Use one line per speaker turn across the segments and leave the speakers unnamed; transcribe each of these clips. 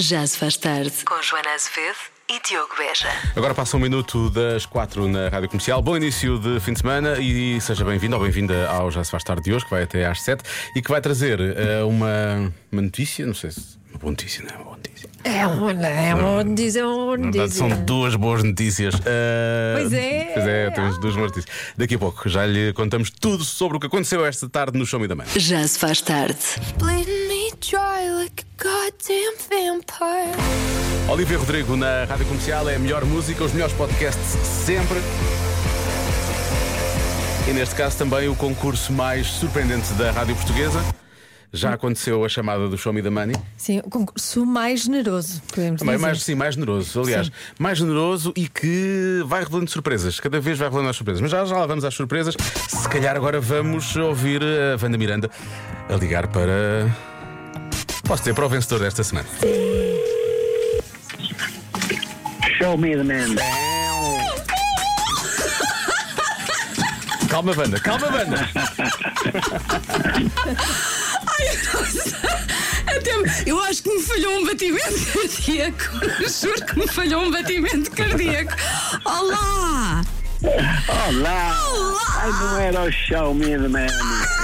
Já se faz tarde. Com Joana Azevedo e Diogo Beja.
Agora passa um minuto das quatro na Rádio Comercial. Bom início de fim de semana e seja bem-vindo ou bem-vinda ao Já Se Faz Tarde de hoje, que vai até às sete e que vai trazer eh, uma, uma notícia, não sei se. Uma boa notícia, não é uma boa notícia.
É uma, é uma notícia, é uma
Na verdade,
notícia.
são duas boas notícias. Eh,
Pois é.
Pois é, temos duas boas notícias. Daqui a pouco já lhe contamos tudo sobre o que aconteceu esta tarde no Show Me da Manhã.
Já se faz tarde.
Bleeding me dry like a goddamn vampire.
Olivia Rodrigo na Rádio Comercial é a melhor música, os melhores podcasts sempre. E neste caso também o concurso mais surpreendente da Rádio Portuguesa. Já aconteceu a chamada do Show Me the Money.
Sim, o concurso mais generoso, podemos
Também
dizer.
mais, sim, mais generoso, aliás. Mais generoso e que vai revelando surpresas. Cada vez vai revelando as surpresas. Mas já, já lá vamos às surpresas. Se calhar agora vamos ouvir a Wanda Miranda a ligar para. Posso dizer para o vencedor desta semana.
Show me the man.
Calma, Wanda, calma, Wanda.
Até me- eu acho que me falhou um batimento cardíaco. Juro que me falhou um batimento cardíaco. Olá!
Olá!
Olá!
Ai, não era o show me the man.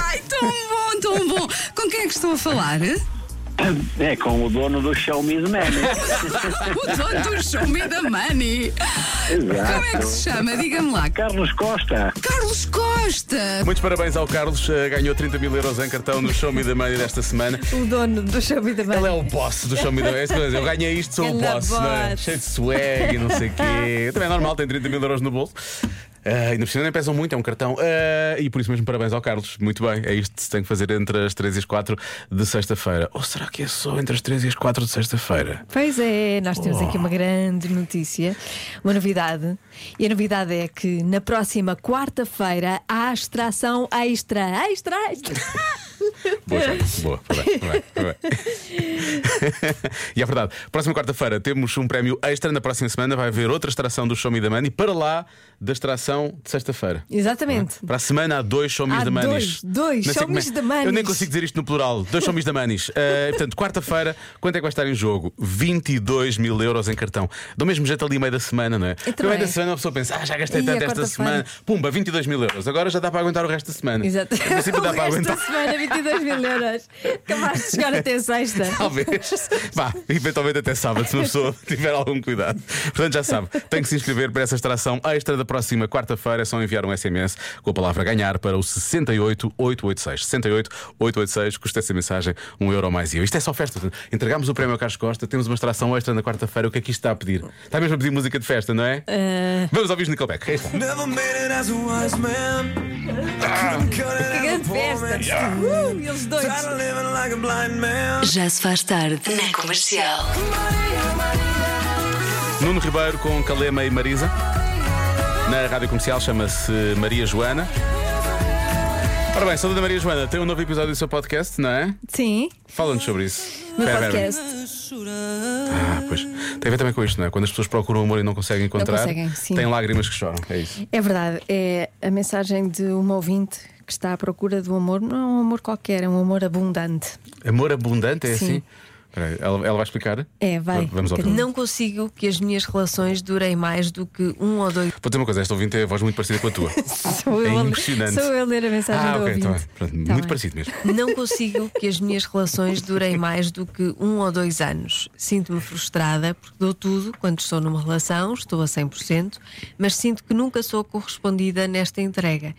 Ai, tão bom, tão bom! Com quem é que estou a falar?
É com o dono do show me the man.
O dono do show me da money! Como é que se chama? Diga-me lá.
Carlos Costa.
Carlos Costa!
Muitos parabéns ao Carlos, eh, ganhou 30 mil euros em cartão no Show Me the Money desta semana.
O dono do show me também.
Ele é o boss do Show Me the Money. É isso que eu digo, Eu ganhei isto, sou o
Ganda
boss, não é?
boss.
Cheio de swag e não sei o quê. Também é normal, tem 30 mil euros no bolso. Ah, ainda por cima nem pesam muito, é um cartão. Ah, e por isso mesmo, parabéns ao Carlos. Muito bem, é isto que se tem que fazer entre as 3 e as 4 de sexta-feira. Ou será que é só entre as 3 e as 4 de sexta-feira?
Pois é, nós temos aqui uma
Oh.
grande notícia, uma novidade. E a novidade é que na próxima quarta-feira há extração extra. Extra, extra.
Boa, Joana. boa, boa, bem, boa, bem, boa bem. E é verdade, próxima quarta-feira temos um prémio extra. Na próxima semana vai haver outra extração do Show Me the Money para lá da extração de sexta-feira.
Exatamente.
Para a semana há dois Show Me
Há
the Money.
dois, dois
Não sei
Show
como é-
Me's the Moneys.
Eu nem consigo dizer isto no plural. Dois Show Me the Money. Eh, portanto, quarta-feira, quanto é que vai estar em jogo? 22 mil euros em cartão. Do mesmo jeito ali, meio da semana, não é? Porque
também.
meio da semana a pessoa pensa, ah, já gastei
E
tanto
a
esta
quarta-feira?
semana. Pumba, 22 mil euros. Agora já dá para aguentar o resto da semana.
Exatamente.
Em princípio dá
o
para
resto
aguentar.
da semana, 22 mil euros. Capaz de chegar até sexta.
Talvez. Vá, eventualmente até sábado, se uma pessoa tiver algum cuidado. Portanto, já sabe, tem que se inscrever para essa extração extra da próxima quarta-feira. É só enviar um SMS com a palavra ganhar para o 68886. 68886, custa essa mensagem, um euro mais eu. Isto é só festa. portanto, Entregámos o prémio ao Carlos Costa, temos uma extração extra na quarta-feira. O que é que isto está a pedir? Está mesmo a pedir música de festa, não é?
Ah,
Vamos ouvir os Nickelback. É isto.
Never made it as a wise man. I couldn't cut it
Que
as a
grande
poor
festa.
man.
Uh, eles dois.
Tired of living like a blind man.
Já se faz tarde. Na comercial.
Nuno Ribeiro com Calema e Marisa. Na rádio comercial chama-se Maria Joana. Ora bem, saúde da Maria Joana. Tem um novo episódio do seu podcast, não é?
Sim,
Fala-nos sobre isso.
no
Espera, espera.
podcast.
Ah, pois. Tem a ver também com isto, não é? Quando as pessoas procuram amor e não conseguem encontrar,
conseguem, sim.
têm lágrimas que choram. É isso.
É verdade, é a mensagem de uma ouvinte que está à procura do amor, não é um amor qualquer, é um amor abundante.
Amor abundante é
Sim.
assim? Espera aí, ela, ela vai explicar?
É, vai.
Vamos ouvir.
Não consigo que as minhas relações durem mais do que um ou dois.
Vou dizer uma coisa, esta ouvinte é a voz muito parecida com a tua.
Sou
É
eu, a-
impressionante.
Sou eu a ler a mensagem
ah,
do
ok,
ouvinte.
tá bem. Pronto,
Tá
muito
bem.
parecido mesmo.
Não consigo que as minhas relações durem mais do que um ou dois anos. Sinto-me frustrada porque dou tudo quando estou numa relação, estou a 100%, mas sinto que nunca sou correspondida nesta entrega.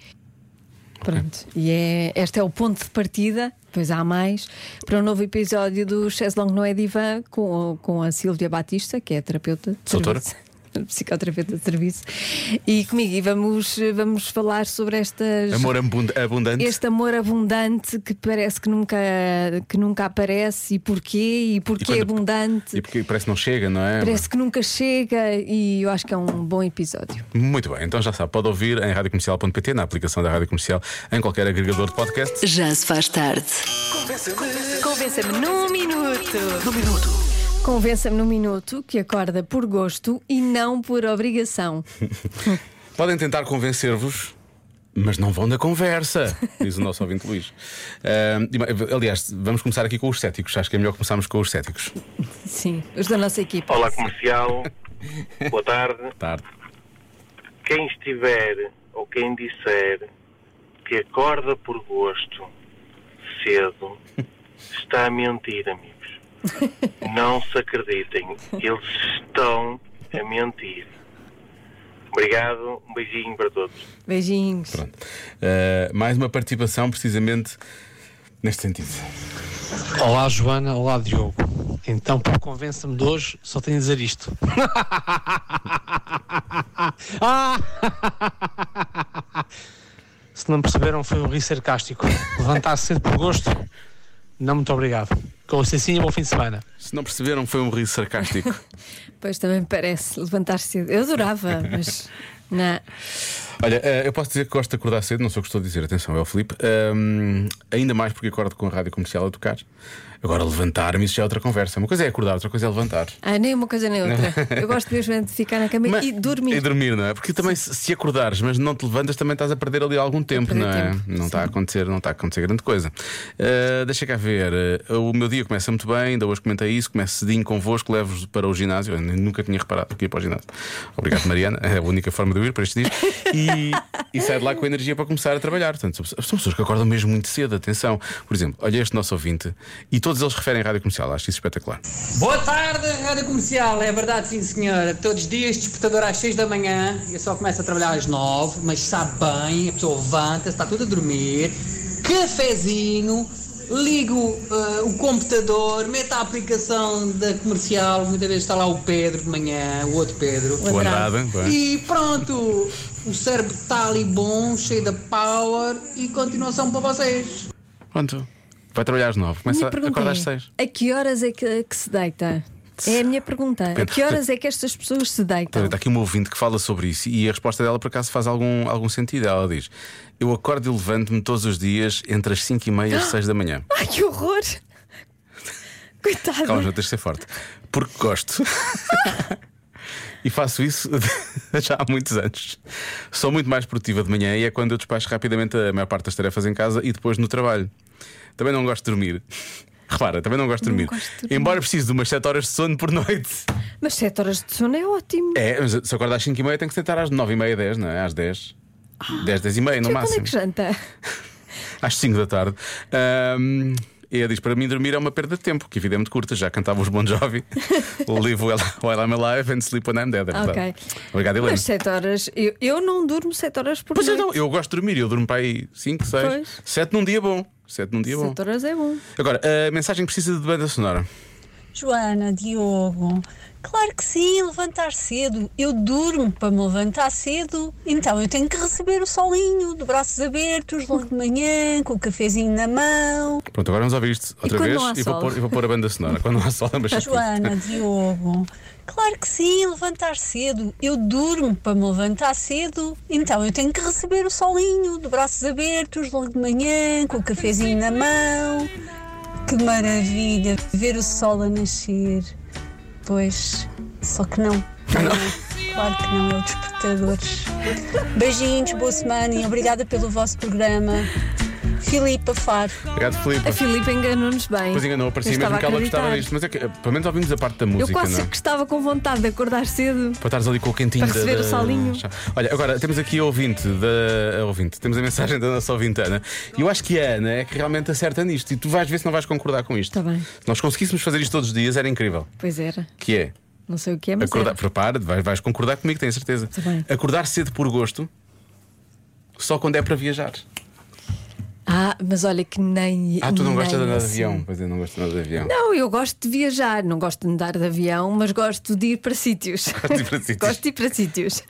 Pronto. E é, este é o ponto de partida, pois há mais, para um novo episódio do Cheslong Não é Divã com, com a Sílvia Batista, que é terapeuta. de
Doutora.
serviço. Psicoterapeuta de serviço. E comigo, e vamos, vamos falar sobre estas.
Amor abund- abundante.
Este amor abundante que parece que nunca, que nunca aparece e porquê? E porquê
quando-
abundante?
E porque parece que não chega, não é?
Parece que nunca chega e eu acho que é um bom episódio.
Muito bem, então já sabe, pode ouvir em radiocomercial.pt, na aplicação da Rádio Comercial, em qualquer agregador de podcast.
Já se faz tarde.
Convença-me num minuto.
Convença-me num minuto que acorda por gosto e não por obrigação.
Podem tentar convencer-vos Mas não vão na conversa, diz o nosso ouvinte Luís. Ahm, e ma- aliás, vamos começar aqui com os céticos. Acho que é melhor começarmos com os céticos.
Sim, os da nossa equipa.
Olá comercial, boa tarde.
Tarde.
Quem estiver ou quem disser que acorda por gosto cedo está a mentir, amigos. Não se acreditem, eles estão a mentir. Obrigado, um beijinho para todos.
Beijinhos.
Pronto. Ah, mais uma participação, precisamente neste sentido.
Olá Joana, olá Diogo. Então, para convença-me de hoje, só tenho a dizer isto. Ah! Se não perceberam, foi um riso sarcástico. Levantar cedo por gosto, não muito obrigado. Com licencinha, bom fim de semana.
Se não perceberam, foi um riso sarcástico.
Pois também parece levantar cedo. Eu adorava, mas. Não.
Olha, eh, eu posso dizer que gosto de acordar cedo, não sou o que estou a dizer, atenção, é o Filipe. Ahm, ainda mais porque acordo com a rádio comercial a tocar. Agora, levantar-me, isso já é outra conversa. Uma coisa é acordar, outra coisa é levantar.
Ah, nem uma coisa nem outra. Eu gosto mesmo é de ficar na cama
Mas-
e dormir.
E dormir, não é? Porque também se se acordares, mas não te levantas, também estás a perder ali algum tempo,
perder
não é?
tempo,
Não está a acontecer, não está a acontecer grande coisa. Ah, deixa cá ver. ah, o meu dia começa muito bem, ainda hoje comentei isso, começo cedinho convosco, levo-vos para o ginásio. Eu nunca tinha reparado que ia para o ginásio. Obrigado, Mariana. É a única forma de eu ir para estes dias. E, e saio de lá com energia para começar a trabalhar. Portanto, são pessoas- são pessoas que acordam mesmo muito cedo, atenção. Por exemplo, olha este nosso ouvinte e todos eles referem à rádio comercial, acho isso espetacular.
Boa tarde, Rádio Comercial. É verdade, sim, senhora. Todos os dias, despertador às 6 da manhã. Eu só começo a trabalhar às 9, mas sabe bem, a pessoa levanta-se, está tudo a dormir. Cafezinho, ligo eh, o computador, meto a aplicação da comercial. Muitas vezes está lá o Pedro de manhã, o outro Pedro.
O Andrade. Andrade, bem.
E pronto, o cérebro está ali bom, cheio da power e continuação para vocês.
Pronto. Vai trabalhar às nove, começa
Minha
a
pergunta
acordar às seis.
é, a que horas é que, que se deita? É a minha pergunta. A
Depende.
que horas é que estas pessoas se deitam?
Está Tá aqui uma ouvinte que fala sobre isso e a resposta dela por acaso faz algum, algum sentido. Ela diz: Eu acordo e levanto-me todos os dias entre as 5 e meia e as 6 da manhã.
Ai, que horror! Coitada.
Calma, não tens de ser forte. Porque gosto. e faço isso já há muitos anos. Sou muito mais produtiva de manhã e é quando eu despacho rapidamente a maior parte das tarefas em casa e depois no trabalho. Também não gosto de dormir. Repara, também não gosto de dormir.
gosto de dormir.
Embora precise de umas 7 horas de sono por noite.
Mas 7 horas de sono é ótimo.
É, mas se acordar às 5 e meia tem que sentar às 9 e meia, 10, não é? Às 10. 10, 10 e meia no
Então, quando é
máximo.
que janta?
Às 5 da tarde. Ahm, e ela diz: para mim, dormir é uma perda de tempo, que a vida é muito curta. Já cantava os Bon Jovi. Live while, while I'm alive and sleep when I'm dead. É verdade.
Ok.
Obrigado, Helena.
Mas 7 horas. Eu, eu não durmo 7 horas por
Pois eu
noite.
não, eu gosto de dormir. Eu durmo para aí 5, 6,
Pois.
7 num dia bom. 7 num dia bom.
7 horas é bom.
Agora, a mensagem precisa de banda sonora.
Joana, Diogo, claro que sim, levantar cedo. Eu durmo para me levantar cedo, então eu tenho que receber o solinho de braços abertos logo de manhã, com o cafezinho na mão.
Pronto, agora vamos ouvir isto outra
quando
vez
não há
e vou,
sol?
pôr, e vou pôr a banda sonora. Quando não há sol, é mas
Joana, Diogo, claro que sim, levantar cedo. Eu durmo para me levantar cedo, então eu tenho que receber o solinho de braços abertos logo de manhã, com o cafezinho na mão. Que maravilha, ver o sol a nascer. Pois, só que não. Claro que não, é o despertador. Beijinhos, boa semana e obrigada pelo vosso programa. Filipa Faro.
Obrigado, Filipe.
A Filipe enganou-nos bem.
Pois enganou, parecia
Eu
mesmo
estava
que
a
ela
acreditar.
gostava disto. Mas é que, eh, pelo menos ouvimos a parte da
Eu
música, não
quase
é?
que estava com vontade de acordar cedo.
Para estares ali com o quentinho
Para
da-
receber
da-
o salinho.
Já. Olha, agora temos aqui a ouvinte da a ouvinte. Temos a mensagem da nossa ouvinte Ana. E eu acho que a Ana é que realmente acerta nisto. E tu vais ver se não vais concordar com isto.
Tá bem.
Se nós conseguíssemos fazer isto todos os dias, era incrível.
Pois era.
Que é
Não sei o que é, mas.
acordar,
era.
prepara-te, vais, vais concordar comigo, tenho certeza.
Tá bem.
Acordar cedo por gosto, só quando é para viajar.
Ah, mas olha que nem.
Ah, tu não
nem
gostas de andar de
assim.
avião. Pois eu não gosto de andar de avião.
Não, eu gosto de viajar, não gosto de andar de avião, mas gosto de ir para sítios. Gosto
de ir para sítios.
gosto de ir para sítios.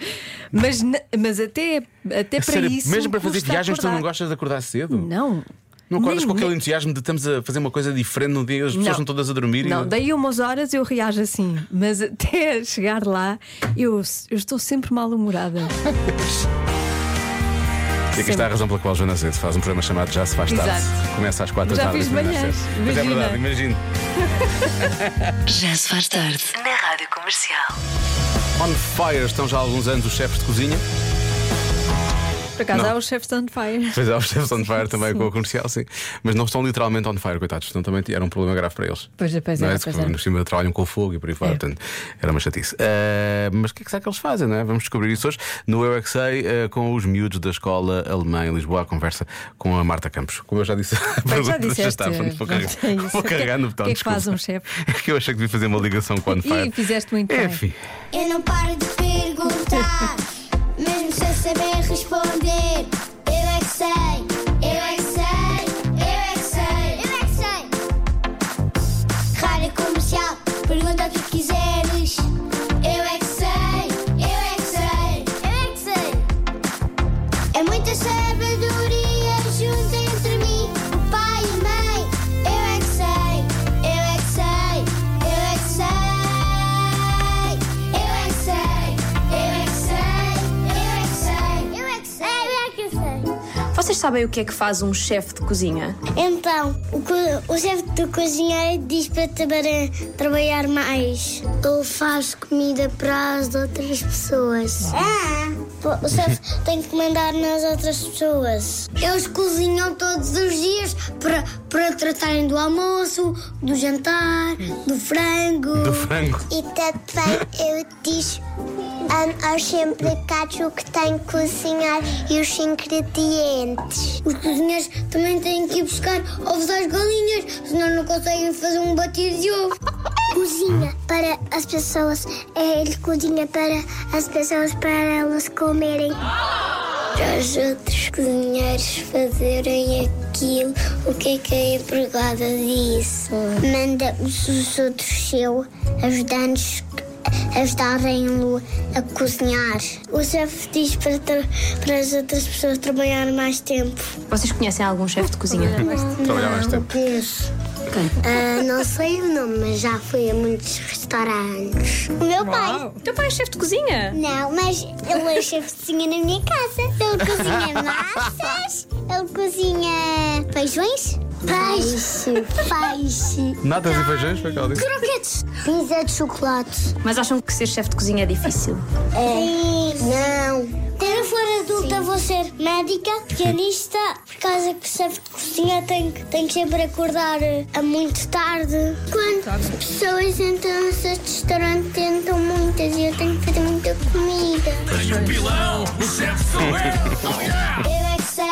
Mas, na- mas até, até
A
para
sério,
isso.
mesmo para fazer
custa
viagens, tu não
acordar.
gostas de acordar cedo?
Não.
Não acordas
Nem-
com aquele
nem-
entusiasmo de estamos a fazer uma coisa diferente no dia, as pessoas
Não.
estão todas a dormir
Não,
e.
daí umas horas eu reajo assim, mas até chegar lá eu, eu estou sempre mal-humorada.
E aqui está a razão pela qual Joana Azevedo faz um programa chamado Já Se Faz Tarde.
Exato.
Começa às 4 da
Já
tarde.
fiz
termina às
manhãs,
sete. Mas é
imagina.
verdade, imagino.
Já se faz tarde na Rádio Comercial.
On Fire estão já há alguns anos os chefes de cozinha.
Por acaso
Não.
há os chefs on fire.
Pois é, os chefes on fire também com a comercial, sim. Mas não estão literalmente on fire, coitados, senão também era um problema grave para eles.
Pois é, pois
não
é,
é, Se
pois
for-
é.
no cima trabalham com fogo e por aí fora, portanto, era uma chatice. Eh, mas o que é que será que eles fazem, não é? Vamos descobrir isso hoje no Eu é Que Sei, eh, com os miúdos da escola alemã em Lisboa, a conversa com a Marta Campos. Como eu já disse, a
Pois já
pergunta
disseste,
está, pronto, vou,
já
carregar,
é isso.
vou carregar no botão.
O que é que faz
desculpa.
um chefe?
É que eu achei que devia fazer uma ligação com on fire.
E fizeste muito bem.
Enfim,
Eu não paro de perguntar, mesmo sem saber responder. Eu é que sei, eu é que sei, eu é que sei, eu é que sei. Rádio comercial, pergunta o que quiseres. Eu é que sei, eu é que sei, eu é que sei. É muita sabedoria junta entre mim, o pai e a mãe. Eu é que sei, eu é que sei, eu é que sei. Eu é que sei, eu é que sei, eu é que sei, eu é que sei, eu é que sei.
Vocês sabem o que é que faz um chefe de cozinha?
Então, o, co- o chefe de cozinha diz para trabalhar, trabalhar mais. Ele faz comida para as outras pessoas. Ah! O chefe tem que mandar nas outras pessoas. Eles cozinham todos os dias para, para tratarem do almoço, do jantar, do frango.
do frango.
E também eu diz aos empregados o que tem que cozinhar e os ingredientes. Os cozinheiros também têm que ir buscar ovos às galinhas, senão não conseguem fazer um batido de ovo. Cozinha para as pessoas, é ele cozinha para as pessoas para elas comerem. Para os outros cozinheiros fazerem aquilo, o que é que a empregada disso? Manda os, os outros seu ajudar-nos ajudarem-no a cozinhar. O chefe diz para, tra- para as outras pessoas trabalhar mais tempo.
Vocês conhecem algum chefe de cozinha?
Trabalhar mais tempo.
Conheço. Ah, não sei o nome, mas já fui a muitos restaurantes. O meu pai.
O teu pai é chefe de cozinha?
Não, mas ele é chefe de cozinha na minha casa. Ele cozinha massas, ele cozinha feijões. Peixe, peixe.
Natas e feijões, foi o que ela disse.
Croquetes. Pizza de chocolate.
Mas acham que ser chefe de cozinha é difícil?
É. Não. Quando eu for adulta, vou ser médica, pianista, por causa que o chefe de cozinha tem, que- tem que sempre acordar eh, a muito tarde. Quando as pessoas entram no seu restaurante, entram muitas e eu tenho que fazer muita comida.
Tenho um pilão, o chefe sou eu. Oh, yeah.
Eu é que sei,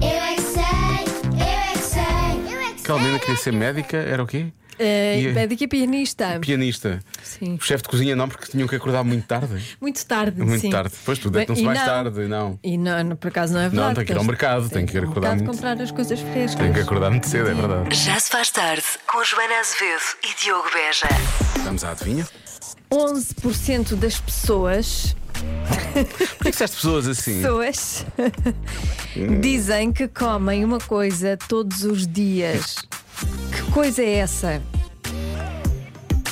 eu é que sei, eu é que sei, eu é que
Que a Almina queria ser médica, era o quê?
Eh,
E-
Médica e pianista.
Pianista.
Sim.
O chefe de cozinha não, porque tinham que acordar muito tarde.
Muito tarde.
Muito
sim.
tarde. Depois é tu deitam-se
E
mais
não-
tarde, não.
E não, não, por acaso não é verdade.
Não, tem que ir ao
porque
mercado, tem que ir
eles
acordar
têm de
muito.
comprar as coisas frescas.
Tem que acordar muito cedo, é verdade.
Já se faz tarde com Joana Azevedo e Diogo Beja.
Vamos à adivinha.
11% das pessoas,
Porquê que disseste pessoas assim?
pessoas dizem que comem uma coisa todos os dias. Que coisa é essa?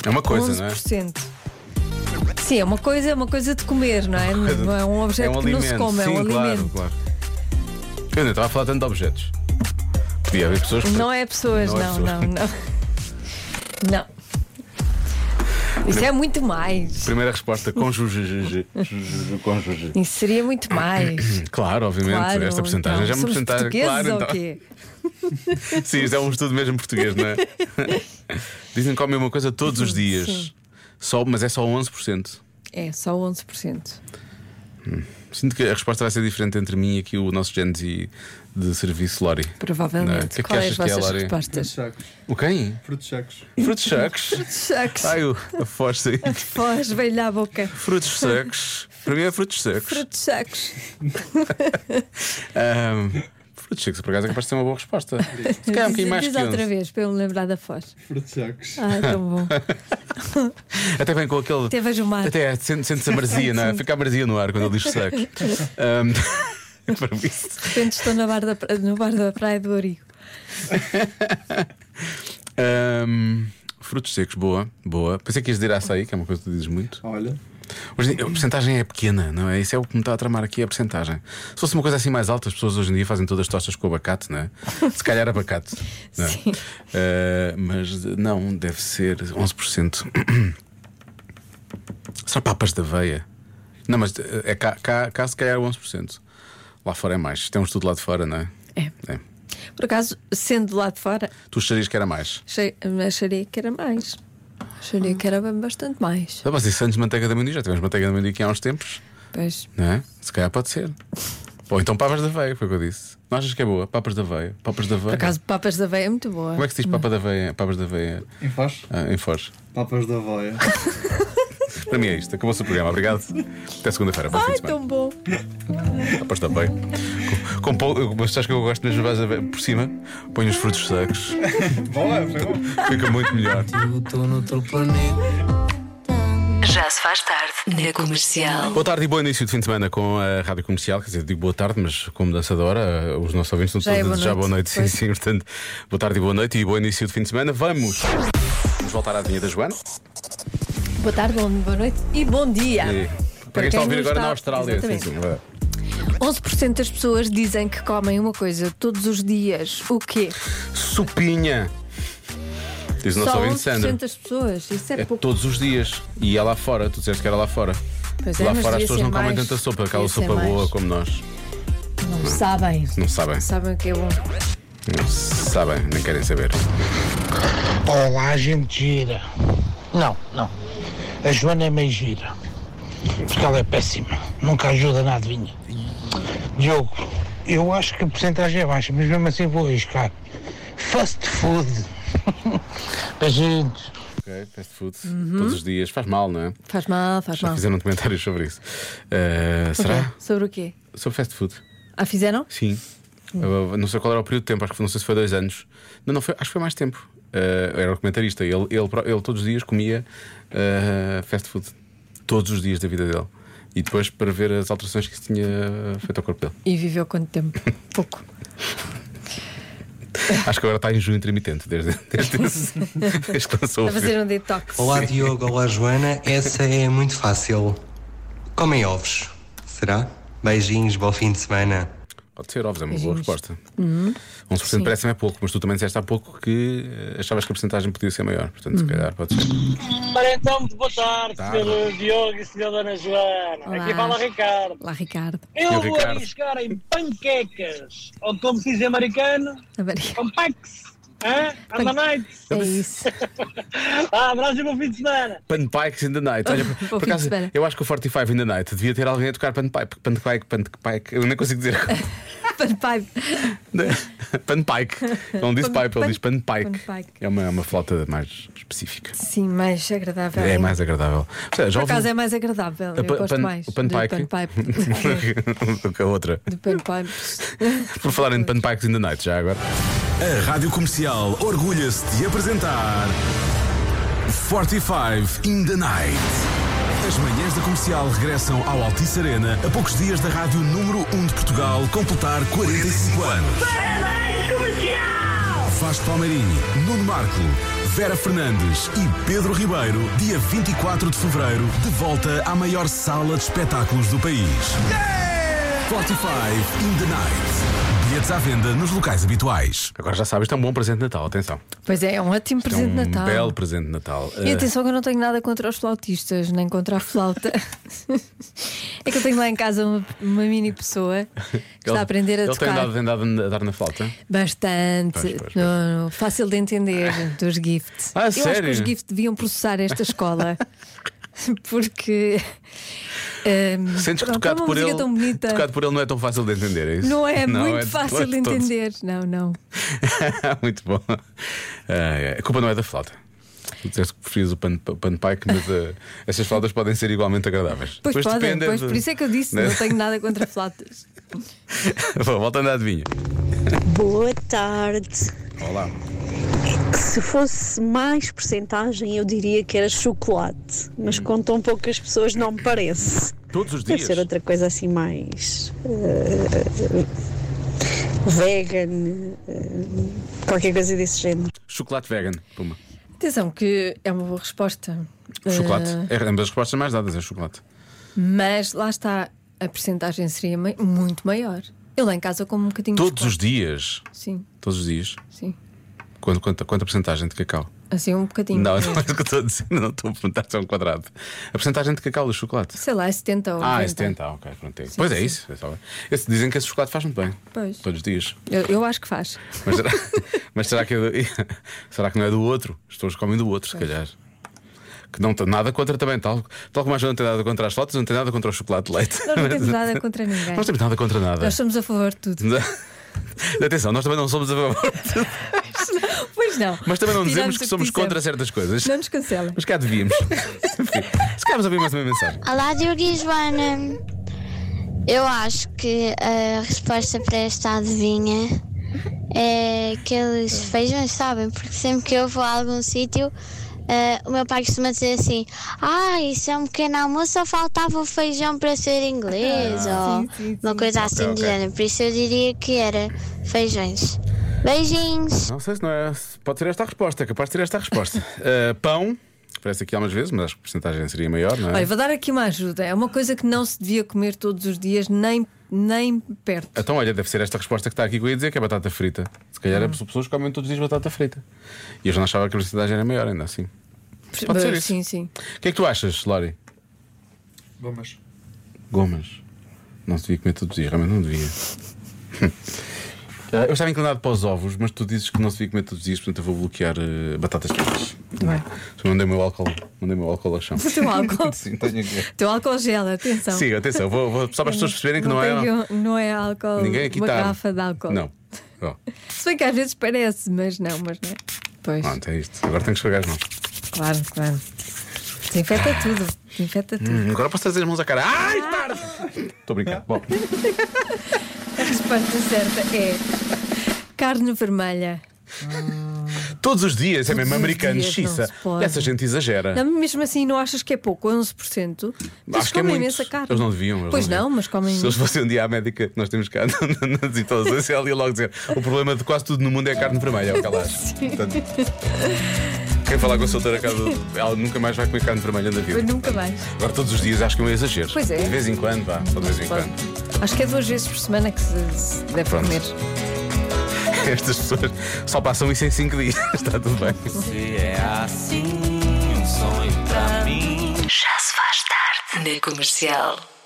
É uma coisa, não é?
11%. Sim, é uma coisa, é uma coisa de comer, não é? Não é um objeto
é um
que não
alimento.
se come,
Sim,
é um
claro,
alimento.
claro. Quer dizer, estava a falar tanto de objetos. Podia haver pessoas que.
Não é pessoas,
Não é
não,
pessoas.
não, não. Não. Isso é muito mais.
Primeira resposta, cônjuge. cônjuge, cônjuge.
Isso seria muito mais.
Claro, obviamente,
Claro,
esta porcentagem
então,
já é uma
somos
porcentagem.
portugueses
Claro,
ou
então.
quê?
Sim, isto é um estudo mesmo português, não é? Dizem que comem uma coisa todos os dias,
Sim.
só, mas é só 11%.
É, só 11%.
Sinto que a resposta vai ser diferente entre mim e aqui o nosso gente de- de serviço Lori.
Provavelmente.
Não é? O que é que
Qual é
achas
as
que é,
vossas
Lori?
respostas?
O quem?
Frutos secos.
Frutos secos.
Shucks.
Ai, o- a foz aí.
Foz, veio-lhe à boca.
Frutos secos. Para mim é frutos secos.
Frutos secos.
Ahm, frutos secos, por acaso, é capaz de ser uma boa resposta. Se calhar um
Diz-
bocadinho mais
Diz
que
outra
11.
vez, para eu me lembrar da Foz.
Frutos secos.
Ah, tão bom.
Até bem com aquele.
Até vejo o mar.
Até sente- sente-se a marzia, não é? Fica a marzia no ar quando ele diz secos. Ahm, para mim,
De repente estou na bar da pra- no bar da Praia do Origo.
Ahm, frutos secos, boa, boa. Pensei que ias dizer açaí, que é uma coisa que tu dizes muito.
Olha.
Hoje, em dia, a porcentagem é pequena, não é? Isso é o que me está a tramar aqui, é a porcentagem. Se fosse uma coisa assim mais alta, as pessoas hoje em dia fazem todas as tostas com abacate, não é? Se calhar abacate. Não é? Ah, mas não, deve ser 11%. Será papas da veia? Não, mas eh, é cá, cá, cá se calhar 11%. Lá fora é mais. Temos tudo lá de fora, não é?
É.
É.
Por acaso, sendo lá de fora,
Tu acharias que era mais.
achei- acharia que era mais. Acharia que era bastante mais.
Dá para ser Santos manteiga de amendoim. Já tivemos manteiga de amendoim aqui há uns tempos,
Pois.
não é? Se calhar pode ser. Ou então papas da veia, foi o que eu disse. Não achas que é boa? Papas da veia. Papas da
Por
veia.
acaso, papas da veia é muito boa.
Como é que se diz papa da veia? Papas da veia. Em Foz? em Foz. Papas da veia. Para mim é isto. Acabou-se o programa. Obrigado. Até segunda-feira. Bom fim
Ai,
de semana.
tão bom.
Papas da veia. Com, com pou- mas sabes que eu gosto mesmo de papas da veia por cima? Põe os frutos secos.
Boa, foi bom.
Fica muito melhor.
Já se faz tarde na comercial.
Boa tarde e bom início de fim de semana com a Rádio Comercial. Quer dizer, digo boa tarde, mas como dançadora, eh, os nossos ouvintes não
Já
estão
é
a
boa
desejar
noite,
boa noite. Sim,
pois.
sim, portanto, boa tarde e boa noite e bom início de fim de semana. Vamos! Vamos voltar à adivinha da Joana.
Boa tarde, bom- boa noite e bom dia.
E para quem está a ouvir agora na Austrália. Sim,
Exatamente.
sim, é verdade.
11% das pessoas dizem que comem uma coisa todos os dias. O quê?
Supinha! Diz o nosso
Só
ouvinte
11%
Sandra.
das pessoas. Isso é,
É
pouco.
todos os dias. E é lá fora, tu disseste que era lá fora.
Pois é,
lá
mas
fora as
devia
pessoas
ser
não comem
mais.
tanta sopa, aquela
Devia ser
sopa boa
mais.
como nós.
Não sabem.
Não sabem.
Sabem o que é bom.
Não sabem, nem querem saber.
Olá, gente gira. Não, não. A Joana é meio gira. Porque ela é péssima. Nunca ajuda na adivinha. Diogo, eu acho que a porcentagem é baixa, mas mesmo assim vou arriscar. Fast food. Beijinhos.
Ok, fast food.
Uhum.
Todos os dias. Faz mal, não é?
Faz mal, faz
Já
mal.
fizeram um comentário sobre isso. Uh,
Sobre-
será?
Sobre o quê? Hum.
Sobre fast food.
Ah, fizeram?
Sim. Uh, não sei qual era o período de tempo, acho que não sei se foi dois anos. Não, não, foi, acho que foi mais tempo. Uh, era o comentarista. Ele, ele, pró- ele todos os dias comia uh, fast food. Todos os dias da vida dele. E depois para ver as alterações que isso tinha feito ao corpo dele.
E viveu quanto tempo? Pouco.
Acho que agora está em junho intermitente, desde, desde, esse, desde que lançou
A
o filme.
fazer um detox.
Olá Diogo, olá Joana. Essa é muito fácil. Comem ovos, será? Beijinhos, bom fim de semana.
Pode ser, ovos, é uma boa
Beijinhos.
resposta.
Uhum.
11% parece-me é pouco, mas tu também disseste há pouco que eh, achavas que a porcentagem podia ser maior. Portanto, se
Uhum.
calhar pode ser.
Ora então, muito boa tarde,
Tarde.
Sr. Diogo e Sra. Dona Joana.
Olá.
Aqui fala Ricardo.
Lá, Ricardo.
Eu
Senhor
vou
Ricardo.
arriscar em panquecas, ou como se diz em americano, compacts. Hã? On the night.
É isso.
ah, abraço e bom fim de semana.
Panpikes in the night.
Um
Olha, por- por acaso, eu acho que o 45 in the night devia ter alguém a tocar panpike, panpike, panpike. Eu nem consigo dizer.
Panpipe.
panpike. Ele não disse
Pan-
pipe, ele diz
pan-
panpike.
panpike.
É uma, é uma flauta mais específica.
Sim, mais agradável.
É
ainda.
mais agradável. Ou seja, já
Por
ouvi-
acaso é mais agradável.
a
Eu
pan-
gosto
pan-
mais.
O
Do
panpike.
panpipe.
Do que a outra.
Do panpipe.
Por falar em panpikes in the night, já agora.
A Rádio Comercial orgulha-se de apresentar 45 in the Night. As manhãs da comercial regressam ao Altice Arena a poucos dias da rádio número 1 de Portugal completar 45 anos. Parabéns, comercial! Vasco Palmeirinho, Nuno Marco, Vera Fernandes e Pedro Ribeiro, dia 24 de fevereiro, de volta à maior sala de espetáculos do país. 45 in the Night. Bilhetes à venda nos locais habituais.
Agora já sabes, isto é um bom presente de Natal, atenção.
Pois é, é um ótimo
Isto
presente de
é um
Natal.
belo presente de Natal.
E
Eh,
atenção que eu não tenho nada contra os flautistas, nem contra a flauta. é que eu tenho lá em casa uma, uma mini pessoa que está a aprender a
ele
tocar.
Ele tem dado, tem dado a dar na flauta?
Bastante.
Pois, pois, pois.
No- no- fácil de entender dos GIFT.
Ah,
Eu acho que
sério?
os GIFT deviam processar esta escola. Porque. ehm,
Sentes que
pronto, é
tocado
uma
por,
música
ele,
tão bonita.
tocado por ele não é tão fácil de entender, é isso?
Não é
de
muito fácil de
todo, todo.
entender. Não, não.
muito bom. Ah, é. A culpa não é da flauta. Tu disseste que preferias o pan- panpike, mas ah, essas flautas podem ser igualmente agradáveis.
Pois, podem,
depende
pois,
de-
por isso é que eu disse,
né?
não tenho nada contra flautas.
Bom, Voltando à adivinha.
Boa tarde.
Olá.
Se fosse mais porcentagem, eu diria que era chocolate, mas
Hum.
com tão poucas pessoas não me parece.
Todos os
Deve
dias?
ser outra coisa assim mais eh, vegan, eh, qualquer coisa desse género.
Chocolate vegan. Puma.
Atenção, que é uma boa resposta.
Chocolate.
Eh,
É uma das respostas mais dadas, é chocolate.
Mas lá está, a percentagem seria mai- muito maior. Eu lá em casa como um bocadinho de
Todos os
chocolate.
dias.
Sim,
Todos os dias.
sim.
Quanto, quanto, quanta porcentagem de cacau?
Assim um bocadinho.
Não, não é o que eu estou a dizer, não estou a perguntar se é um quadrado. A porcentagem de cacau do chocolate.
Sei lá, é 70 ou
Ah, é
80.
70, ah, ok, pronto. é.
Sim,
pois é
sim.
isso. é só- Esse- dizem que esse chocolate faz muito bem.
Pois.
Todos os dias.
Eu, eu acho que faz.
Mas será, mas será que é do- será que não é do outro? As pessoas comem do outro, se calhar. Que não tem nada contra também, tal, tal como a gente não tem nada contra as fotos, não tem nada contra o chocolate de leite.
Nós não temos nada contra ninguém.
Nós temos nada contra nada.
Nós somos a favor de tudo.
Atenção, nós também não somos a favor,
Pois não.
mas também não
Tiramos
dizemos
o
que somos
dissemos.
contra certas coisas.
Não nos cancela.
Mas cá devíamos. Enfim, se calhar ouvir mais uma mensagem.
Olá, Diogo e Joana. Eu acho que a resposta para esta adivinha é que eles feijões sabem, porque sempre que eu vou a algum sítio, eh, o meu pai costuma dizer assim: Ah, isso é um pequeno almoço, só faltava o feijão para ser inglês, ou uma coisa assim do
Ok, ok.
género. Por isso eu diria que era feijões. Beijinhos!
Não sei se não é. se Pode ser esta a resposta, é capaz de ser esta a resposta. Ah, pão, aparece aqui algumas vezes, mas acho que a porcentagem seria maior, não é?
Olha, vou dar aqui uma ajuda. É uma coisa que não se devia comer todos os dias, nem, nem perto.
Então, olha, deve ser esta resposta que está aqui que eu ia dizer, que é batata frita. Se calhar
Hum.
as pessoas comem todos os dias batata frita. E eu já não achava que a porcentagem era maior, ainda assim. Pode ser isso.
Sim, sim.
O que é que tu achas, Lori?
Gomas.
Gomas. Não se devia comer todos os dias, realmente não devia. Ah, eu estava inclinado para os ovos, mas tu dizes que não se devia comer todos os dias, portanto eu vou bloquear eh, batatas fritas.
Vai.
Só Mandei o meu álcool, mandei o meu álcool ao chão.
O teu álcool.
Sim, tenho aqui.
Teu álcool gela, atenção.
Sim, atenção, vou, vou- só para as pessoas perceberem que não, é.
tem que- Não é álcool.
Ninguém aqui
uma
está.
garrafa de álcool.
Não. Oh,
Se bem que às vezes parece, mas não, mas não é. Pois.
pronto, é isto. Agora tenho que esfregar as mãos.
Claro, claro. Desinfeta tudo. Desinfeta tudo.
Hum, agora posso trazer as mãos à cara. Ai,
Ah!
tarde! Estou a brincar. Bom,
A resposta certa é carne vermelha.
todos os dias é mesmo
os
americano,
dias, não
xiça.
se pode.
Essa gente exagera.
Não, mesmo assim, não achas que é pouco? 11%? Mas
É. Acho que é
comem
muito.
imensa carne.
Eles não deviam. eles
pois
deviam.
não, mas comem.
Se eles fossem um dia à médica que nós temos cá na- na- nas instalações, ela ia logo dizer: o problema de quase tudo no mundo é a carne vermelha, é o que ela acha. Portanto, quem falar com a solteira cá do- ela nunca mais vai comer carne vermelha na
Pois
vida.
nunca mais.
Agora todos os dias acho que é um exagero.
Pois é.
De vez em quando, vá, só de vez em
Pode.
quando.
Acho que é duas vezes por semana que se, se deve
Pronto.
comer.
Estas pessoas só passam isso em 5 dias. Está tudo bem.
É assim um sonho pra mim.
Já se faz tarde na comercial.